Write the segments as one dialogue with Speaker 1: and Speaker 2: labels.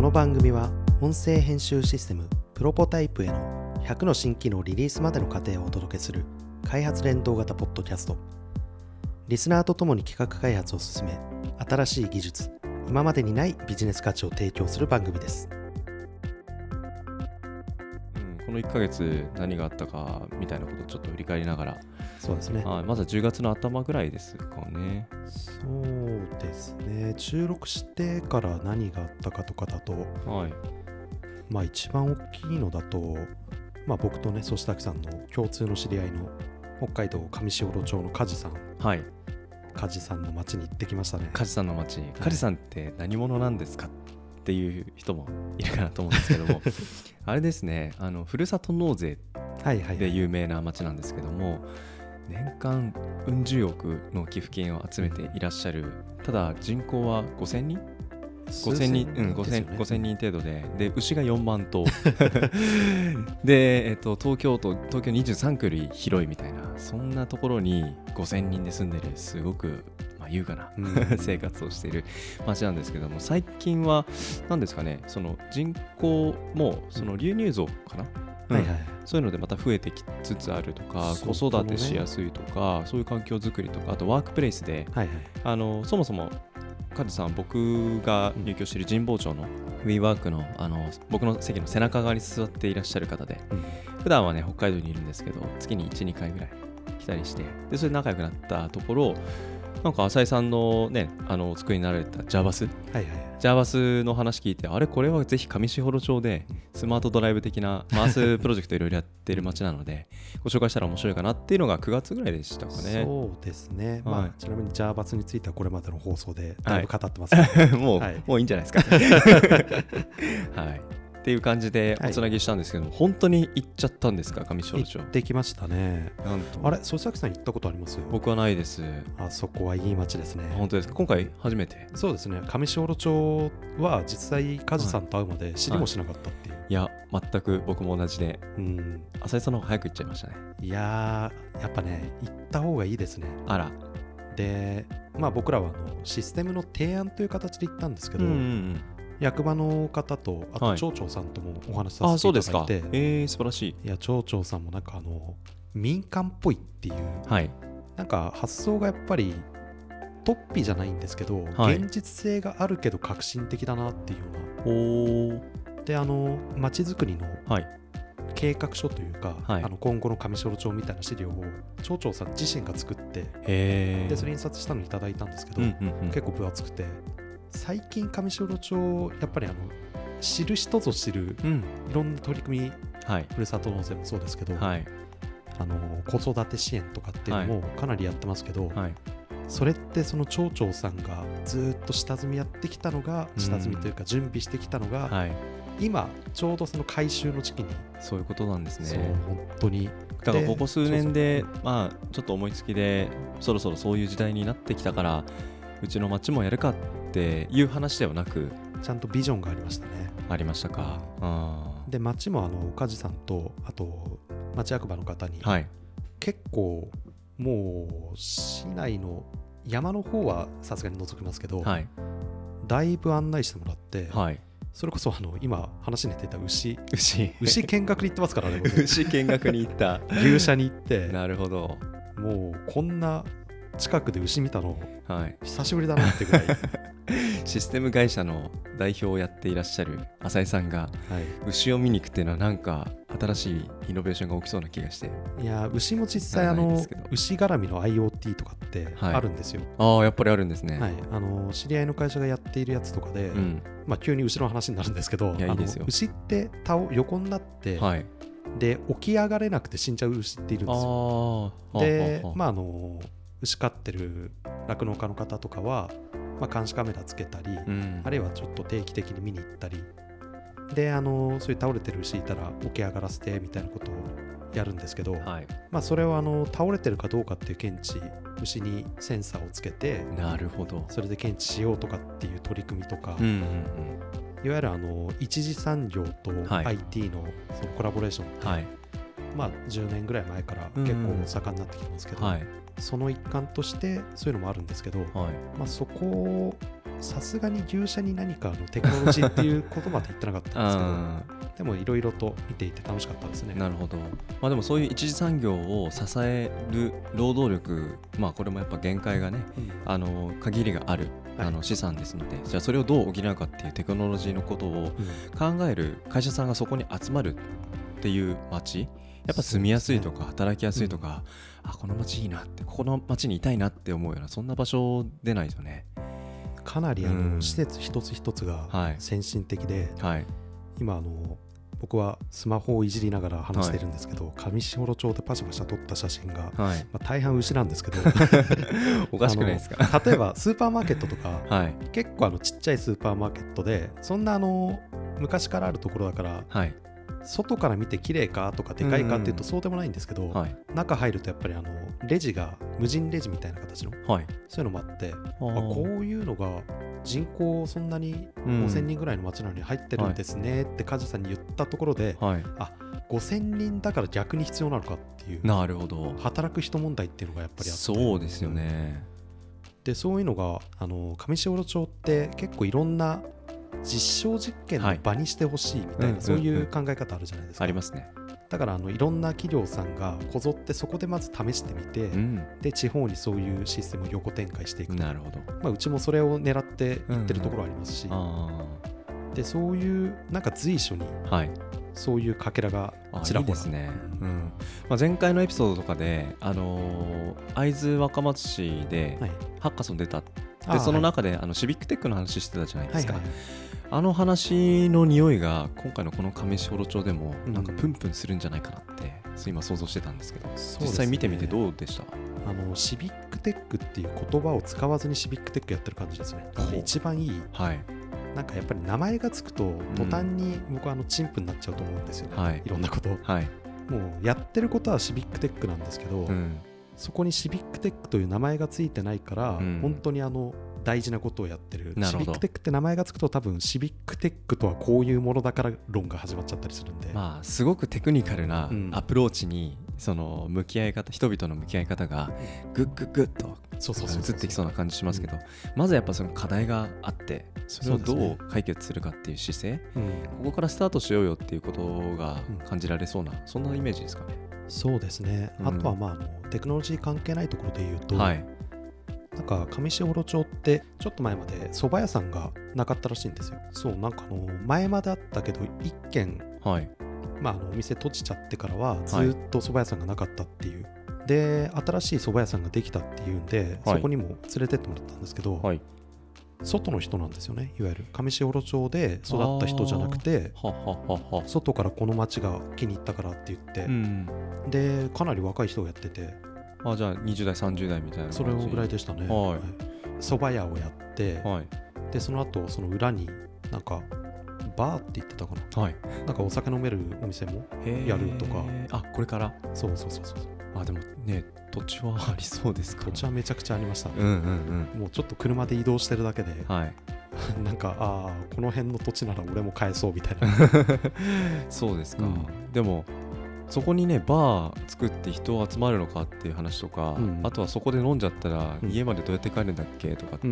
Speaker 1: の番組は音声編集システムプロポタイプへの100の新機能リリースまでの過程をお届けする開発連動型ポッドキャストリスナーとともに企画開発を進め新しい技術今までにないビジネス価値を提供する番組です
Speaker 2: うん、この1ヶ月何があったかみたいなことをちょっと振り返りながら、
Speaker 1: そうですね
Speaker 2: はいまずは10月の頭ぐらいですかね。
Speaker 1: そうですね収録してから何があったかとかだと
Speaker 2: はい、
Speaker 1: まあ一番大きいのだと、まあ、僕とねそしたくさんの共通の知り合いの北海道上士幌町の梶さん
Speaker 2: はい、
Speaker 1: 梶さんの町に行ってきましたね
Speaker 2: 梶さんの街、梶さんって何者なんですかっていう人もいるかなと思うんですけど も、あれですね、あのふるさと納税
Speaker 1: はいはいは
Speaker 2: で
Speaker 1: い
Speaker 2: 有名な町なんですけども、年間うん十億の寄付金を集めていらっしゃる、ただ人口は5000人5000人、うん、
Speaker 1: 数千ですよね
Speaker 2: 5000 5000人程度で、で牛が4万 頭で、えっと、東京都、東京23区より広いみたいな、そんなところに5000人で住んでる、すごく、まあ、優雅な
Speaker 1: うん
Speaker 2: 生活をしている町なんですけども、最近は、なんですかね、その人口もその流入増かな、
Speaker 1: はいはい
Speaker 2: うん
Speaker 1: はい
Speaker 2: そういうのでまた増えてきつつあるとか、
Speaker 1: そう
Speaker 2: 子育てしやすいとか、そういう環境づくりとか、あとワークプレイスで、
Speaker 1: はいはい
Speaker 2: あのそもそもカズさん僕が入居している神保町の WeWork のあの僕の席の背中側に座っていらっしゃる方で
Speaker 1: うん
Speaker 2: 普段はね北海道にいるんですけど月に12回ぐらい来たりしてでそれで仲良くなったところなんか浅井さんのねあのお作りになられた JavaS
Speaker 1: はいはい
Speaker 2: ジャバスの話聞いて、あれ、これはぜひ上士幌町でスマートドライブ的な回すプロジェクトいろいろやってる町なので、ご紹介したら面白いかなっていうのが9月ぐらいでしたかね。
Speaker 1: そうですね、ま
Speaker 2: は
Speaker 1: あ、
Speaker 2: い
Speaker 1: ちなみに JAVAS についてはこれまでの放送でだ
Speaker 2: はいい
Speaker 1: ぶ語ってますけど、
Speaker 2: もう、
Speaker 1: はい
Speaker 2: もういいんじゃない ですか。はい。っていう感じで
Speaker 1: はい
Speaker 2: おつなぎしたんですけど、本当に行っちゃったんですか、上庄町
Speaker 1: 行っ。てきましたね
Speaker 2: なんと
Speaker 1: あれ曽崎さん行ったことあります
Speaker 2: 僕はないです。
Speaker 1: あそこはいい町ですね
Speaker 2: 本当ですか。今回初めて。
Speaker 1: そうですね上士幌町は実際梶さんと会うまで知りもしなかったっていう、
Speaker 2: いや、全く僕も同じで、
Speaker 1: うん
Speaker 2: 浅井さんの方が早く行っちゃいましたね。
Speaker 1: いやーやっぱね行った方がいいですね
Speaker 2: あら。
Speaker 1: でまあ僕らはあのシステムの提案という形で行ったんですけ
Speaker 2: うん
Speaker 1: ど、
Speaker 2: うんうん。
Speaker 1: 役場の方とあと
Speaker 2: はい
Speaker 1: 町長さんともお話しさ
Speaker 2: あ、
Speaker 1: せ
Speaker 2: そう
Speaker 1: て
Speaker 2: で
Speaker 1: いた
Speaker 2: す
Speaker 1: だ
Speaker 2: か
Speaker 1: い。て、
Speaker 2: えー、素晴らしい。
Speaker 1: いや町長さんもなんかあの民間っぽいっていう
Speaker 2: はい。
Speaker 1: なんか発想がやっぱり突飛じゃないんですけど、
Speaker 2: はい
Speaker 1: 現実性があるけど革新的だなっていうよう
Speaker 2: おー。
Speaker 1: なであの町づくりの
Speaker 2: はい。
Speaker 1: 計画書というか、
Speaker 2: はい
Speaker 1: あの今後の上士幌町みたいな資料を町長さん自身が作って
Speaker 2: へー。
Speaker 1: でそれ印刷したのいただいたんですけど、
Speaker 2: うんうんうん。
Speaker 1: 結構分厚くて最近上士幌町やっぱりあの知る人ぞ知る
Speaker 2: うん。
Speaker 1: いろんな取り組み
Speaker 2: はい。
Speaker 1: ふるさと納税もそうですけど、
Speaker 2: はい。
Speaker 1: あの子育て支援とかっていうのもかなりやってますけど、
Speaker 2: はい。
Speaker 1: それってその町長さんがずーっと下積みやってきたのが
Speaker 2: うん
Speaker 1: 下積みというか準備してきたのが、
Speaker 2: はい。
Speaker 1: 今ちょうどその改修の時期に、
Speaker 2: そういうことなんですね。
Speaker 1: そう本当に
Speaker 2: だから
Speaker 1: で
Speaker 2: ここ数年で
Speaker 1: そう
Speaker 2: まあちょっと思いつきでそろそろそういう時代になってきたからうちの町もやるかっていう話ではなく
Speaker 1: ちゃんとビジョンがありましたね
Speaker 2: ありましたか。あー
Speaker 1: で町もあの梶さんとあと町役場の方に、
Speaker 2: はい
Speaker 1: 結構もう市内の山の方はさすがに覗きますけど、
Speaker 2: はい
Speaker 1: だいぶ案内してもらって、
Speaker 2: はい。
Speaker 1: それこそあの今話に出てた 牛
Speaker 2: 牛
Speaker 1: 牛見学に行ってますからね 僕
Speaker 2: 牛見学に 行った。
Speaker 1: 牛舎に行って
Speaker 2: なるほど。
Speaker 1: もうこんな近くで牛見たの
Speaker 2: はい。
Speaker 1: 久しぶりだなってぐらい、 はい、
Speaker 2: システム会社の代表をやっていらっしゃる浅井さんが牛を見に行くっていうのはなんか新しいイノベーションが起きそうな気がして。
Speaker 1: いや牛も実際あ
Speaker 2: ないで
Speaker 1: の
Speaker 2: すけど
Speaker 1: 牛絡みの IoT とかって
Speaker 2: はい
Speaker 1: あるんですよ、
Speaker 2: ああやっぱりあるんですね。
Speaker 1: はいあの知り合いの会社がやっているやつとかで、
Speaker 2: うん。
Speaker 1: まあ、急に牛の話になるんですけど
Speaker 2: いや
Speaker 1: あ
Speaker 2: い
Speaker 1: の
Speaker 2: いですよ
Speaker 1: 牛って倒横になって、
Speaker 2: はい。
Speaker 1: で起き上がれなくて死んじゃう牛っているん
Speaker 2: あ
Speaker 1: ですよ
Speaker 2: あ。
Speaker 1: で
Speaker 2: ははは
Speaker 1: まああの牛飼ってる酪農家の方とかは、まあ、監視カメラつけたり、
Speaker 2: うん
Speaker 1: あるいはちょっと定期的に見に行ったり、で、あのそういう倒れてる牛いたら起き上がらせてみたいなことをやるんですけど、
Speaker 2: はい。
Speaker 1: まあ、それをあの倒れてるかどうかっていう検知、牛にセンサーをつけて、
Speaker 2: なるほど。
Speaker 1: それで検知しようとかっていう取り組みとか、
Speaker 2: うんうん
Speaker 1: いわゆるあの一次産業と
Speaker 2: はい
Speaker 1: IT のそのコラボレーションっ
Speaker 2: うん。
Speaker 1: て、
Speaker 2: はい。
Speaker 1: まあ、10年ぐらい前から
Speaker 2: うん
Speaker 1: 結構盛んになってきてますけど、
Speaker 2: はい。
Speaker 1: その一環としてそういうのもあるんですけど、
Speaker 2: はい。
Speaker 1: まあ、そこさすがに牛舎に何かあのテクノロジーっていうことまで言ってなかったん
Speaker 2: あ
Speaker 1: ですけどでもいろいろと見ていて楽しかったですね
Speaker 2: ーなるほど、まあ、でもそういう一次産業を支える労働力、まあ、これもやっぱ限界がね
Speaker 1: うん
Speaker 2: あの限りがある
Speaker 1: はい
Speaker 2: あの資産ですので、じゃあそれをどう補うかっていうテクノロジーのことを
Speaker 1: うん
Speaker 2: 考える会社さんがそこに集まるっていう街やっぱ住みやすいとか働きやすいとか、あこの街いいなってここの街にいたいなって思うようなそんな場所でないとね
Speaker 1: かなりあの、
Speaker 2: うん
Speaker 1: 施設一つ一つ
Speaker 2: は
Speaker 1: が
Speaker 2: い
Speaker 1: 先進的で、
Speaker 2: はい
Speaker 1: 今あの僕はスマホをいじりながら話してるんですけど、上士幌町でパシャパシャ撮った写真が、ま
Speaker 2: はい
Speaker 1: あ、大半牛なんですけど
Speaker 2: おかしくないですか
Speaker 1: あの例えばスーパーマーケットとか
Speaker 2: はい
Speaker 1: 結構あのちっちゃいスーパーマーケットでそんなあの昔からあるところだから
Speaker 2: はい
Speaker 1: 外から見て綺麗かとかでかいかっていうとそうでもないんですけど、
Speaker 2: はい
Speaker 1: 中入るとやっぱりあのレジが無人レジみたいな形の
Speaker 2: はい
Speaker 1: そういうのもあって
Speaker 2: あ
Speaker 1: あこういうのが人口そんなに5000人ぐらいの町なのに入ってるんですねって梶さんに言ったところで、
Speaker 2: はい
Speaker 1: 5000人だから逆に必要なのかっていう
Speaker 2: なるほど
Speaker 1: 働く人問題っていうのがやっぱりあって
Speaker 2: そうですよね
Speaker 1: でそういうのがあの上士幌町って結構いろんな実証実験の場にしてほしいみたいな、
Speaker 2: はいうん
Speaker 1: そうい
Speaker 2: んう
Speaker 1: うん考え方あるじゃないですか、
Speaker 2: ありますね
Speaker 1: だからあのいろんな企業さんがこぞってそこでまず試してみて、
Speaker 2: うん
Speaker 1: で地方にそういうシステムを横展開していくと、
Speaker 2: なるほど
Speaker 1: まあ、うちもそれを狙っていってるところはありますし、
Speaker 2: あ
Speaker 1: でそういうなんか随所に
Speaker 2: あはい
Speaker 1: そういうかけらが
Speaker 2: あ
Speaker 1: ちら
Speaker 2: いい
Speaker 1: ほ
Speaker 2: で
Speaker 1: ら
Speaker 2: すね、うんまあ、前回のエピソードとかで、あのー会津若松市で
Speaker 1: はい、
Speaker 2: ハッカソン出た、
Speaker 1: あ
Speaker 2: で
Speaker 1: ー
Speaker 2: その
Speaker 1: は
Speaker 2: 中で、あのシビックテックの話してたじゃない
Speaker 1: い
Speaker 2: ですか、
Speaker 1: はいはい
Speaker 2: あの話の匂いが今回のこの上士幌町でも
Speaker 1: うん
Speaker 2: なんかプンプンするんじゃないかなって、そう今想像してたんですけど
Speaker 1: そうですね
Speaker 2: 実際見てみてどうでした
Speaker 1: あのシビックテックっていう言葉を使わずにシビックテックやってる感じですね
Speaker 2: ほう
Speaker 1: 一番いい
Speaker 2: はい
Speaker 1: なんかやっぱり名前がつくと途端に僕はあのチンプになっちゃうと思うんですよね、
Speaker 2: はい
Speaker 1: いろんなこと
Speaker 2: はい、
Speaker 1: もうやってることはシビックテックなんですけど、
Speaker 2: うん、
Speaker 1: そこにシビックテックという名前がついてないから、
Speaker 2: うん
Speaker 1: 本当にあの大事なことをやってる
Speaker 2: な
Speaker 1: シ
Speaker 2: る
Speaker 1: ビ
Speaker 2: ほ
Speaker 1: ッ
Speaker 2: ど
Speaker 1: クテックって名前がつくと多分シビックテックとはこういうものだから論が始まっちゃったりするんで、
Speaker 2: まあすごくテクニカルな
Speaker 1: うん
Speaker 2: アプローチに、その向き合い方人々の向き合い方がグッグッグッと
Speaker 1: そうそうそう
Speaker 2: 映ってきそう
Speaker 1: う
Speaker 2: な感じしますけど、まずやっぱその課題があってそれをど
Speaker 1: そうです
Speaker 2: う
Speaker 1: ね
Speaker 2: 解決するかっていう姿勢、
Speaker 1: うん
Speaker 2: ここからスタートしようよっていうことが
Speaker 1: うん
Speaker 2: 感じられそうな、そんなイメージですかね。
Speaker 1: そうですね、
Speaker 2: うん
Speaker 1: あとはまああのテクノロジー関係ないところで言うと、
Speaker 2: はい、
Speaker 1: なんか上士幌町ってちょっと前まで蕎麦屋さんがなかったらしいんですよそうなんかあの前まであったけど一軒、
Speaker 2: はい、
Speaker 1: まあ、あのお店閉じちゃってからはずーっと蕎麦屋さんがなかったっていう、で新しい蕎麦屋さんができたっていうんで、
Speaker 2: はい
Speaker 1: そこにも連れてってもらったんですけど、
Speaker 2: はい、
Speaker 1: 外の人なんですよねいわゆる上士幌町で育った人じゃなくて
Speaker 2: はははは。
Speaker 1: 外からこの町が気に入ったからって言って
Speaker 2: う、ん、
Speaker 1: でかなり若い人がやってて
Speaker 2: あじゃあ20代30代みたいな感じ
Speaker 1: それぐらいでしたね。
Speaker 2: はい
Speaker 1: はい蕎麦屋をやって、
Speaker 2: はい
Speaker 1: でその後その裏になんかバーって言ってたか
Speaker 2: はい
Speaker 1: ななんかお酒飲めるお店もやるとか
Speaker 2: へーあこれから
Speaker 1: そうそうそうそう
Speaker 2: あでもね土地はありそうですから
Speaker 1: 土地はめちゃくちゃありました、
Speaker 2: うんうん
Speaker 1: もうちょっと車で移動してるだけで
Speaker 2: うんはい
Speaker 1: なんかああこの辺の土地なら俺も買えそうみたいな
Speaker 2: そうですか、
Speaker 1: うん
Speaker 2: でもそこにねバー作って人集まるのかっていう話とか、
Speaker 1: うん
Speaker 2: あとはそこで飲んじゃったら
Speaker 1: うん
Speaker 2: 家までどうやって帰るんだっけとかって、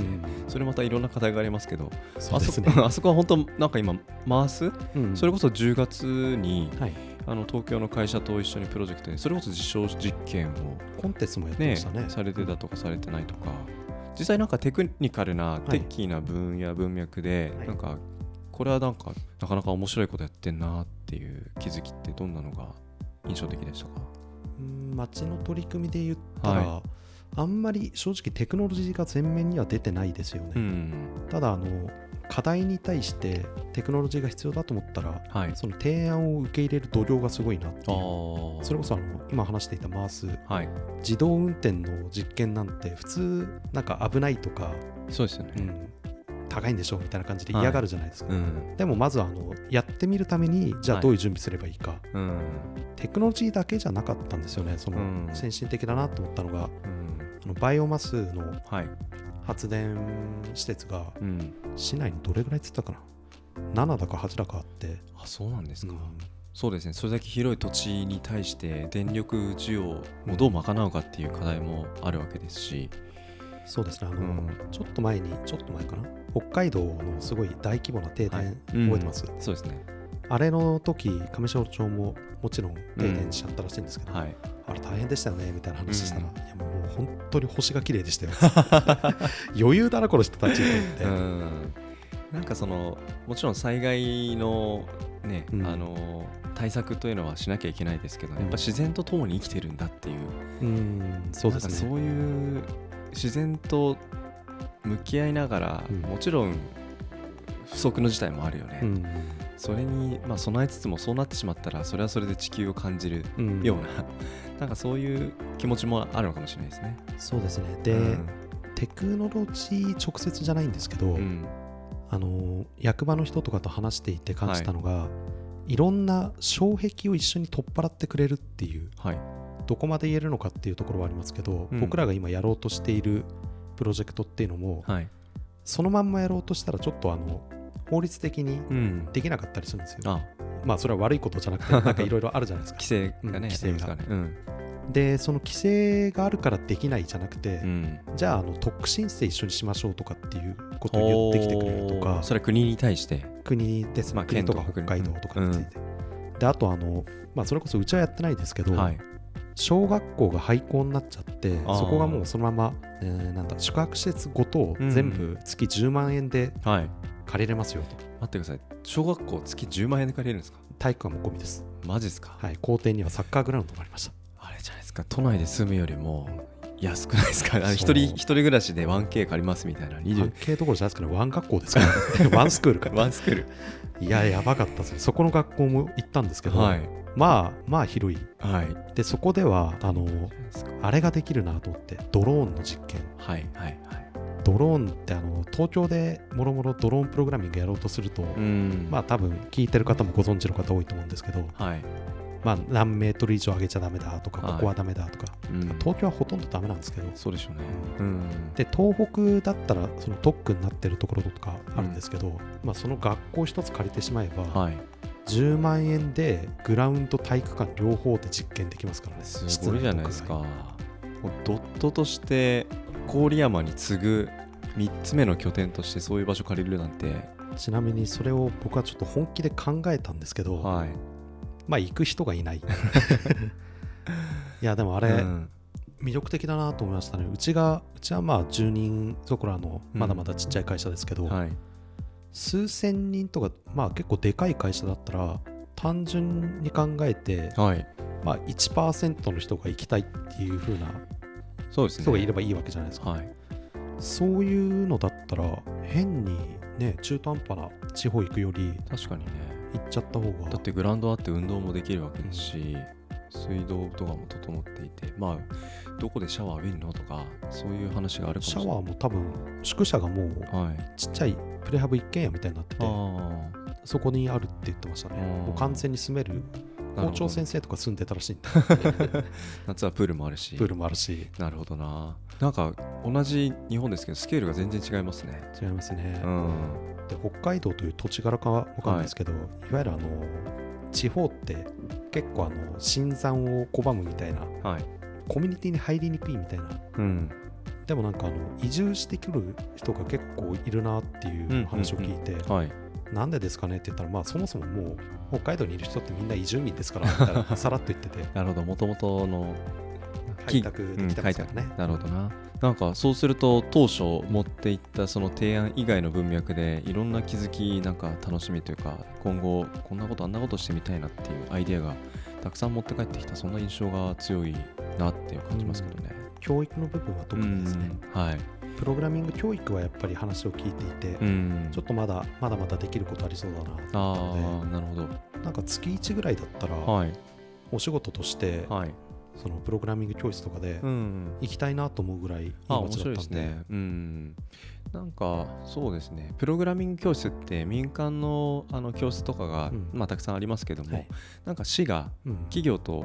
Speaker 2: それまたいろんな課題がありますけど
Speaker 1: そうですね
Speaker 2: あそあそこは本当なんか今回す、
Speaker 1: うん
Speaker 2: それこそ10月に
Speaker 1: はい
Speaker 2: あの東京の会社と一緒にプロジェクトにそれこそ実証実験を
Speaker 1: コンテストもやってま
Speaker 2: ね
Speaker 1: したね
Speaker 2: されてたとかされてないとか実際なんかテクニカルなテッキーな分野文脈で、
Speaker 1: はい
Speaker 2: なんかこれはなんかなかなか面白いことやってんなっていう気づきってどんなのが印象的でしたか
Speaker 1: うん町の取り組みで言ったら、
Speaker 2: は
Speaker 1: あんまり正直テクノロジーが前面には出てないですよね、
Speaker 2: うん
Speaker 1: ただあの課題に対してテクノロジーが必要だと思ったら
Speaker 2: はい
Speaker 1: その提案を受け入れる度量がすごいなって
Speaker 2: あ
Speaker 1: いう
Speaker 2: ー
Speaker 1: それこそあの今話していたマース
Speaker 2: はい
Speaker 1: 自動運転の実験なんて普通なんか危ないとか、
Speaker 2: そうですよ
Speaker 1: う
Speaker 2: ね
Speaker 1: ん、高いんでしょみたいな感じで
Speaker 2: はい
Speaker 1: 嫌がるじゃないですか、
Speaker 2: うん
Speaker 1: でもまずはあのやってみるためにじゃあ
Speaker 2: はい
Speaker 1: どういう準備すればいいか、
Speaker 2: うん、
Speaker 1: テクノロジーだけじゃなかったんですよねその
Speaker 2: うん
Speaker 1: 先進的だなと思ったのが、
Speaker 2: うん
Speaker 1: あのバイオマスの
Speaker 2: はい
Speaker 1: 発電施設が
Speaker 2: うん
Speaker 1: 市内にどれぐらいっつったかな7だか8だかあって、
Speaker 2: あそうなんですか、
Speaker 1: うん
Speaker 2: そうですねそれだけ広い土地に対して電力需要をどう賄うかっていう課題もあるわけですし、
Speaker 1: そうですねあの、
Speaker 2: うん
Speaker 1: ちょっと前にちょっと前かな北海道のすごい大規模な停電、
Speaker 2: はいうん
Speaker 1: 覚えてます
Speaker 2: そうですね
Speaker 1: あれの時亀城町ももちろん停電しちゃったらしいんですけど、
Speaker 2: はい
Speaker 1: あれ大変でしたよねみたいな話したら、
Speaker 2: うん
Speaker 1: いやもう本当に星が綺麗でしたよ 余裕だなこの人たちと思って、
Speaker 2: うんなんかそのもちろん災害のね、
Speaker 1: うん
Speaker 2: あの対策というのはしなきゃいけないですけど、
Speaker 1: うん
Speaker 2: やっぱ自然と共に生きてるんだっていう
Speaker 1: うんそうですね
Speaker 2: なんかそういう自然と向き合いながら、
Speaker 1: うん
Speaker 2: もちろん不測の事態もあるよね、
Speaker 1: うん
Speaker 2: それに、まあ、備えつつもそうなってしまったらそれはそれで地球を感じる
Speaker 1: うん
Speaker 2: ような、 なんかそういう気持ちもあるのかもしれないですね。
Speaker 1: そうですねで、
Speaker 2: うん
Speaker 1: テクノロジー直接じゃないんですけど、
Speaker 2: うん
Speaker 1: あの役場の人とかと話していて感じたのが、い、ろんな障壁を一緒に取っ払ってくれるっていう
Speaker 2: はい
Speaker 1: どこまで言えるのかっていうところはありますけど、
Speaker 2: うん
Speaker 1: 僕らが今やろうとしているプロジェクトっていうのも、
Speaker 2: はい
Speaker 1: そのまんまやろうとしたらちょっとあの法律的に
Speaker 2: うん、
Speaker 1: できなかったりするんですよ。
Speaker 2: あ
Speaker 1: まあそれは悪いことじゃ なくてなんかいろいろあるじゃないですか
Speaker 2: 規。制が
Speaker 1: う
Speaker 2: ね、
Speaker 1: ん規制が
Speaker 2: ありますからね。
Speaker 1: でその規制があるからできないじゃなくて、
Speaker 2: うんうん
Speaker 1: じゃああの特進して一緒にしましょうとかっていうことを言ってきてくれると
Speaker 2: おー
Speaker 1: か
Speaker 2: それは国に対して、
Speaker 1: 国ですね、
Speaker 2: まあ
Speaker 1: 国とか
Speaker 2: 県とか
Speaker 1: 北海道とかについて。であとあの、まあ、それこそうちはやってないですけど、
Speaker 2: はい、
Speaker 1: 小学校が廃校になっちゃって
Speaker 2: あー
Speaker 1: そこがもうそのまま、えーなんだ宿泊施設ごと
Speaker 2: うん
Speaker 1: 全部月10万円で
Speaker 2: はい、
Speaker 1: 借りれますよと、
Speaker 2: 待ってください小学校月10万円で借りれるんですか
Speaker 1: 体育館も込みです、
Speaker 2: マジですか、
Speaker 1: はい、校庭にはサッカーグラウンドがありました
Speaker 2: あれじゃないですか都内で住むよりも安くないですかあの
Speaker 1: そう
Speaker 2: 一人一人暮らしで 1K 借りますみたいな
Speaker 1: 関
Speaker 2: 20
Speaker 1: 係どころじゃないですけどワン学校ですから ワンスクールか
Speaker 2: ワンスクール
Speaker 1: いややばかったですねそこの学校も行ったんですけど、
Speaker 2: はい
Speaker 1: まあまあ広い
Speaker 2: はい
Speaker 1: でそこではあのあれができるなと思ってドローンの実験
Speaker 2: はいはいはい
Speaker 1: ドローンってあの東京でもろもろドローンプログラミングやろうとすると、
Speaker 2: うん
Speaker 1: まあ多分聞いてる方もご存知の方多いと思うんですけど、
Speaker 2: あはい、
Speaker 1: まあ、何メートル以上上げちゃダメだとか
Speaker 2: はい
Speaker 1: ここはダメだとか、
Speaker 2: うん、
Speaker 1: 東京はほとんどダメなんですけど
Speaker 2: そうでしょうねうん
Speaker 1: で東北だったらその特区になってるところとかあるんですけど、まあ、その学校一つ借りてしまえば、
Speaker 2: はい
Speaker 1: 10万円でグラウンド体育館両方で実験できますからね
Speaker 2: すごいじゃないですかもうドットとして郡山に次ぐ3つ目の拠点としてそういう場所借りるなんて
Speaker 1: 室内と屋外ちなみにそれを僕はちょっと本気で考えたんですけど、
Speaker 2: はい
Speaker 1: まあ行く人がい ないいやでもあ
Speaker 2: あ
Speaker 1: れ、魅力的だなと思いましたねうちがうちはまあ10人そこらの
Speaker 2: うん
Speaker 1: まだまだちっちゃい会社ですけど、
Speaker 2: はい、
Speaker 1: 数千人とかまあ結構でかい会社だったら単純に考えて、
Speaker 2: はい、
Speaker 1: まあ、1%の人が行きたいっていう風な
Speaker 2: そうですね
Speaker 1: 人がいればいいわけじゃないですか、
Speaker 2: はい
Speaker 1: そういうのだったら変にね中途半端な地方行くより
Speaker 2: 確かにね
Speaker 1: 行っちゃった方が
Speaker 2: だってグラウンドあって運動もできるわけですし、水道とかも整っていて、まあ、どこでシャワー浴びるのとか、そういう話があるかもし
Speaker 1: シ
Speaker 2: れ
Speaker 1: ャ
Speaker 2: ない。
Speaker 1: ワーも多分宿舎がもう
Speaker 2: はい。
Speaker 1: ちっちゃいプレハブ一軒家みたいになってて
Speaker 2: あ
Speaker 1: そこにあるって言ってましたね
Speaker 2: うん
Speaker 1: もう完全に住める
Speaker 2: あ、
Speaker 1: 校長
Speaker 2: 生。
Speaker 1: 先生とか住んでたらしいんで
Speaker 2: 夏はプールもあるし。
Speaker 1: プールもあるし
Speaker 2: なるほどな。なんか、同じ日本ですけど、スケールが全然違いますね。
Speaker 1: 違いますね、
Speaker 2: うん。
Speaker 1: で北海道という土地柄かわかんないですけど、い、わゆるあの地方って結構あの新参を拒むみたいな
Speaker 2: はい。
Speaker 1: コミュニティに入りにくいみたいな
Speaker 2: うん。
Speaker 1: でもなんかあの移住してくる人が結構いるなっていう話を聞いて、
Speaker 2: はい。
Speaker 1: なんでですかねって言ったらまあそもそももう北海道にいる人ってみんな移住民ですからみたいなさらっと言ってて
Speaker 2: なるほど、もともとの。
Speaker 1: 開拓できたんですからね、
Speaker 2: うん開拓なるほどな。なんかそうすると当初持っていったその提案以外の文脈でいろんな気づきなんか楽しみというか今後こんなことあんなことしてみたいなっていうアイデアがたくさん持って帰ってきたそんな印象が強いなっていう感じますけどね。
Speaker 1: 教育の部分は特にですね、
Speaker 2: うんはい。
Speaker 1: プログラミング教育はやっぱり話を聞いていて、
Speaker 2: うん
Speaker 1: ちょっとまだまだまだできることありそうだなと思ったの
Speaker 2: ああなるほど。
Speaker 1: でなんか月1ぐらいだったら、
Speaker 2: はい
Speaker 1: お仕事として、
Speaker 2: はい。
Speaker 1: そのプログラミング教室とかで
Speaker 2: うん。
Speaker 1: 行きたいなと思うぐらいいい
Speaker 2: あ
Speaker 1: 街だ
Speaker 2: 面
Speaker 1: っ
Speaker 2: 白いで
Speaker 1: たん
Speaker 2: す
Speaker 1: で
Speaker 2: ね。うん。なんかそうですねプログラミング教室って民間のあの教室とかが、
Speaker 1: うん
Speaker 2: まあ、たくさんありますけども、
Speaker 1: はい
Speaker 2: なんか市が
Speaker 1: うん
Speaker 2: 企業と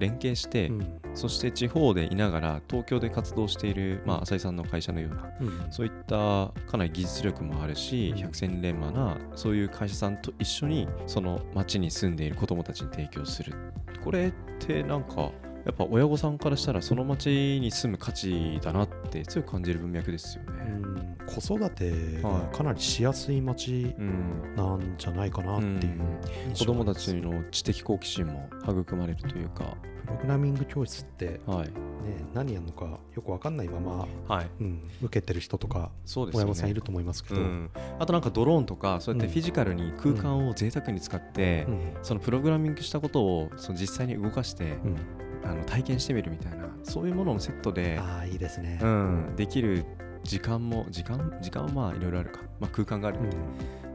Speaker 2: 連携して、
Speaker 1: うん
Speaker 2: そして地方でいながら東京で活動している、まあ、浅井さんの会社のような
Speaker 1: うん
Speaker 2: そういったかなり技術力もあるし、
Speaker 1: うん
Speaker 2: 百戦錬磨なそういう会社さんと一緒にその町に住んでいる子どもたちに提供するこれってなんかやっぱ親御さんからしたらその町に住む価値だなって強く感じる文脈ですよ
Speaker 1: う
Speaker 2: ね。
Speaker 1: ん子育てがかなりしやすい街
Speaker 2: うん
Speaker 1: なんじゃないかなっていう
Speaker 2: うん
Speaker 1: 印象
Speaker 2: 子供
Speaker 1: で
Speaker 2: た
Speaker 1: す
Speaker 2: ちの知的好奇心も育まれるというか、
Speaker 1: プログラミング教室って、ね、
Speaker 2: はい、
Speaker 1: 何やるのかよくわかんないまま、
Speaker 2: はい、
Speaker 1: うん、受けてる人とか
Speaker 2: そうですよ
Speaker 1: 親
Speaker 2: ね。
Speaker 1: 御さんいると思いますけ
Speaker 2: う
Speaker 1: ど、
Speaker 2: ん、あとなんかドローンとかそうやって
Speaker 1: うん
Speaker 2: フィジカルに空間を贅沢に使って、
Speaker 1: うん
Speaker 2: そのプログラミングしたことをその実際に動かして、
Speaker 1: うん
Speaker 2: あの体験してみるみたいなそういうもののセットで、
Speaker 1: ああいいですね、
Speaker 2: うん、できる時間も時間時間はまあいろいろあるか、まあ、空間がある
Speaker 1: うん
Speaker 2: んで、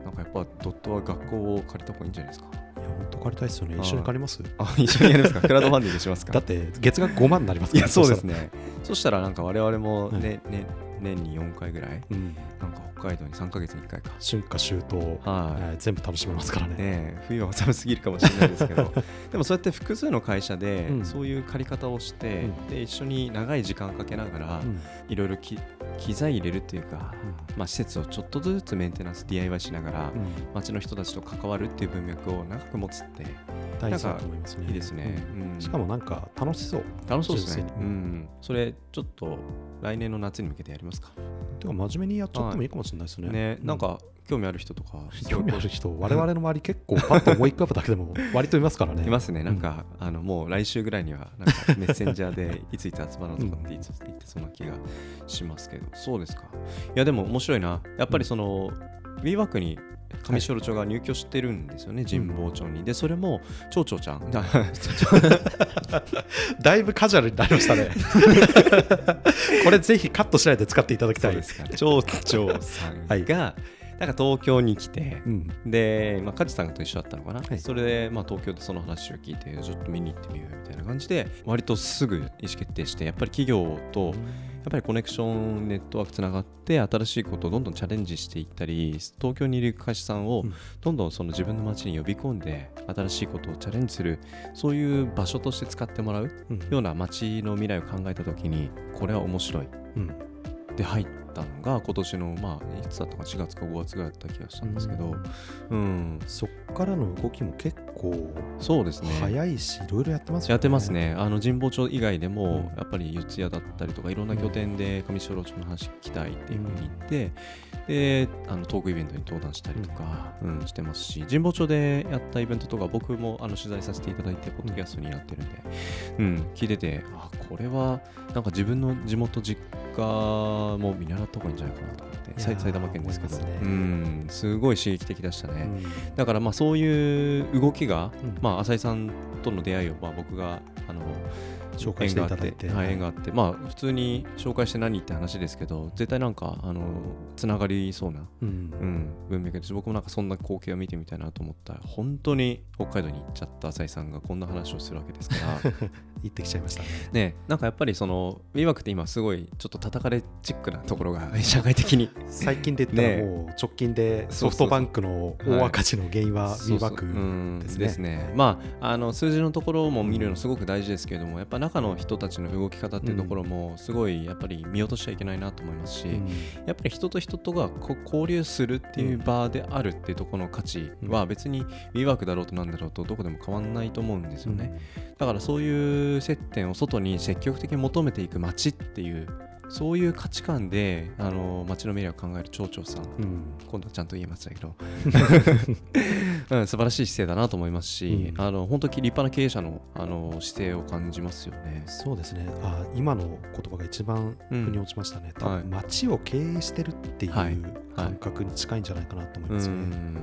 Speaker 2: なんかやっぱドットは学校を借りた方がいいんじゃないですか
Speaker 1: いや本当借りたいですよね
Speaker 2: はい
Speaker 1: 一緒に借ります
Speaker 2: あ一緒にやるん ですかクラウドファンディングしますか
Speaker 1: だって月額5万になります
Speaker 2: い
Speaker 1: から
Speaker 2: やそうで
Speaker 1: し
Speaker 2: す
Speaker 1: たら
Speaker 2: ねそしたらなんか我々も、ねね、年に4回ぐらい
Speaker 1: うん
Speaker 2: なんか北海道に3ヶ月に1回か
Speaker 1: 春夏秋冬、
Speaker 2: はい、
Speaker 1: えー全部楽しめますからね
Speaker 2: ねえ、冬は寒すぎるかもしれないですけ どでもそうやって複数の会社で
Speaker 1: うん
Speaker 2: そういう借り方をして、
Speaker 1: うん
Speaker 2: で一緒に長い時間かけながら
Speaker 1: うん
Speaker 2: いろいろき機材入れるっていうか、まあ、施設をちょっとずつメンテナンス DIY しながら、
Speaker 1: うん
Speaker 2: 街の人たちと関わるっていう文脈を長く持つって
Speaker 1: 大事だと思いますね
Speaker 2: いいですね、
Speaker 1: うん
Speaker 2: うん
Speaker 1: しかもなんか楽しそう
Speaker 2: 楽しそうですね
Speaker 1: 純、
Speaker 2: う
Speaker 1: 粋に
Speaker 2: ん、それちょっと来年の夏に向けてやりますか
Speaker 1: てか真面目にやっちゃってもいいかもしれないですね,、
Speaker 2: ねなんか興味ある人とか
Speaker 1: 興味ある人我々の周り結構パッと思い浮かぶだけでも割といますからね
Speaker 2: いますね、なんか、あのもう来週ぐらいには、なんかメッセンジャーでいついつ集まろうとかっていつ言ってそうな気がしますけど、そうですか。いや、でも面白いな、やっぱりその、WeWork に上士幌町が入居してるんですよね、神保町に。で、それも、町長ちゃん、 だ
Speaker 1: だいぶカジュアルになりましたね これぜひカットしないで使っていただきた
Speaker 2: そう
Speaker 1: い
Speaker 2: ですか、町長さん
Speaker 1: はい
Speaker 2: が、なんか東京に来て、
Speaker 1: うん
Speaker 2: で、まあ、梶さんと一緒だったのかな、
Speaker 1: はい
Speaker 2: それで、まあ、東京でその話を聞いて、ちょっと見に行ってみようよみたいな感じで、割とすぐ意思決定して、やっぱり企業と、やっぱりコネクションネットワークつながって新しいことをどんどんチャレンジしていったり東京にいる会社さんを
Speaker 1: うん
Speaker 2: どんどんその自分の街に呼び込んで新しいことをチャレンジするそういう場所として使ってもらう
Speaker 1: うん
Speaker 2: ような街の未来を考えた時にこれは面白い
Speaker 1: うん
Speaker 2: で入ったのが今年のまあいつだったか4月か5月ぐらいだった気がしたんですけどうん
Speaker 1: そっからの動きも結構
Speaker 2: そうですね
Speaker 1: 早いしいろいろやってますよね
Speaker 2: やってますね、あの神保町以外でも、
Speaker 1: うん
Speaker 2: やっぱり四谷だったりとか、いろんな拠点で上白町の話聞きたいっていうふうに言って、であのトークイベントに登壇したりとか、うんしてますし、神保町でやったイベントとか、僕もあの取材させていただいて、ポッドキャストにやってるんで、うん、聞いてて、あこれはなんか自分の地元、実家も見習った方がいいんじゃないかなと思って、
Speaker 1: ー
Speaker 2: さい埼玉県ですけど、
Speaker 1: 思います
Speaker 2: う
Speaker 1: ね
Speaker 2: ん、すごい刺激的でしたね。
Speaker 1: うん
Speaker 2: だからまあそういう動きが、
Speaker 1: うん
Speaker 2: まあ、浅井さんとの出会いをまあ僕があの
Speaker 1: 紹介していただいて
Speaker 2: 縁があって,、はい縁があってまあ、普通に紹介して何って話ですけど絶対なんかあのつながりそうな、
Speaker 1: うん
Speaker 2: うん、文脈です僕もなんかそんな光景を見てみたいなと思ったら本当に北海道に行っちゃった浅井さんがこんな話をするわけですから
Speaker 1: 行ってきちゃいましたね
Speaker 2: ねなんかやっぱりその WeWork って今すごいちょっと叩かれチックなところが社会的に
Speaker 1: 最近で言った
Speaker 2: ね
Speaker 1: らもう直近でソフトバンクの大赤字の原因は w
Speaker 2: そう
Speaker 1: e
Speaker 2: そ
Speaker 1: b a
Speaker 2: うう
Speaker 1: c
Speaker 2: ん
Speaker 1: ですね
Speaker 2: ですね。まあ、あの数字のところも見るのすごく大事ですけれども、やっぱ中の人たちの動き方っていうところも、すごいやっぱり見落としちゃいけないなと思いますし、やっぱり人と人とがこう交流するっていう場であるっていうところの価値は、別に WeWork だろうとなんだろうと、どこでも変わんないと思うんですよね。だからそういう接点を外に積極的に求めていく街っていう、そういう価値観であの街の未来を考える町長さん。
Speaker 1: うん
Speaker 2: 今度はちゃんと言えましたけど、 うん、素晴らしい姿勢だなと思いますし、
Speaker 1: うん
Speaker 2: あの本当に立派な経営者のあの姿勢を感じますよね。
Speaker 1: そうですねあ今の言葉が一番腑に落ちましたね、多
Speaker 2: はい
Speaker 1: 分街を経営してるっていう
Speaker 2: はい
Speaker 1: 感覚に近いんじゃないかなと思いうますね、
Speaker 2: ん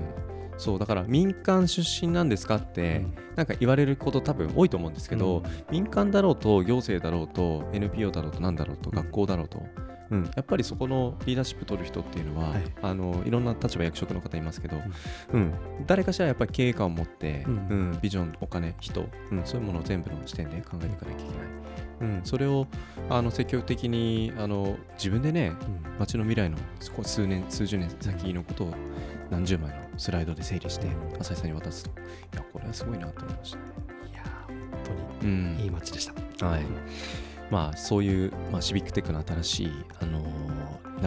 Speaker 2: そうだから民間出身なんですかって、なんか言われること多分多いと思うんですけど、民間だろうと行政だろうと NPO だろうとなんだろうと
Speaker 1: うん
Speaker 2: 学校だろうと、うんやっぱりそこのリーダーシップ取る人っていうのは、
Speaker 1: はい
Speaker 2: い、あのいろんな立場役職の方いますけど、うん誰かしらやっぱり経営観を持って、
Speaker 1: う
Speaker 2: うんんビジョンお金人、うん、そういうものを全部の視点で考えていかなきゃいけない、うん、それをあの積極的にあの自分でね
Speaker 1: うん
Speaker 2: 街の未来のすこ数年数十年先のことを何十枚のスライドで整理して浅井さんに渡すといやこれはすごいなと思いましたね。
Speaker 1: いやー本当に
Speaker 2: う
Speaker 1: いい
Speaker 2: ん
Speaker 1: 街でした、
Speaker 2: はいまあ、そういう、まあ、シビックテックの新しい、あのー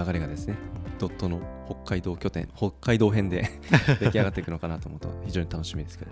Speaker 2: 流れがですねド ットの北海道拠点北海道編で出来上がっていくのかなと思うと非常に楽しみですけど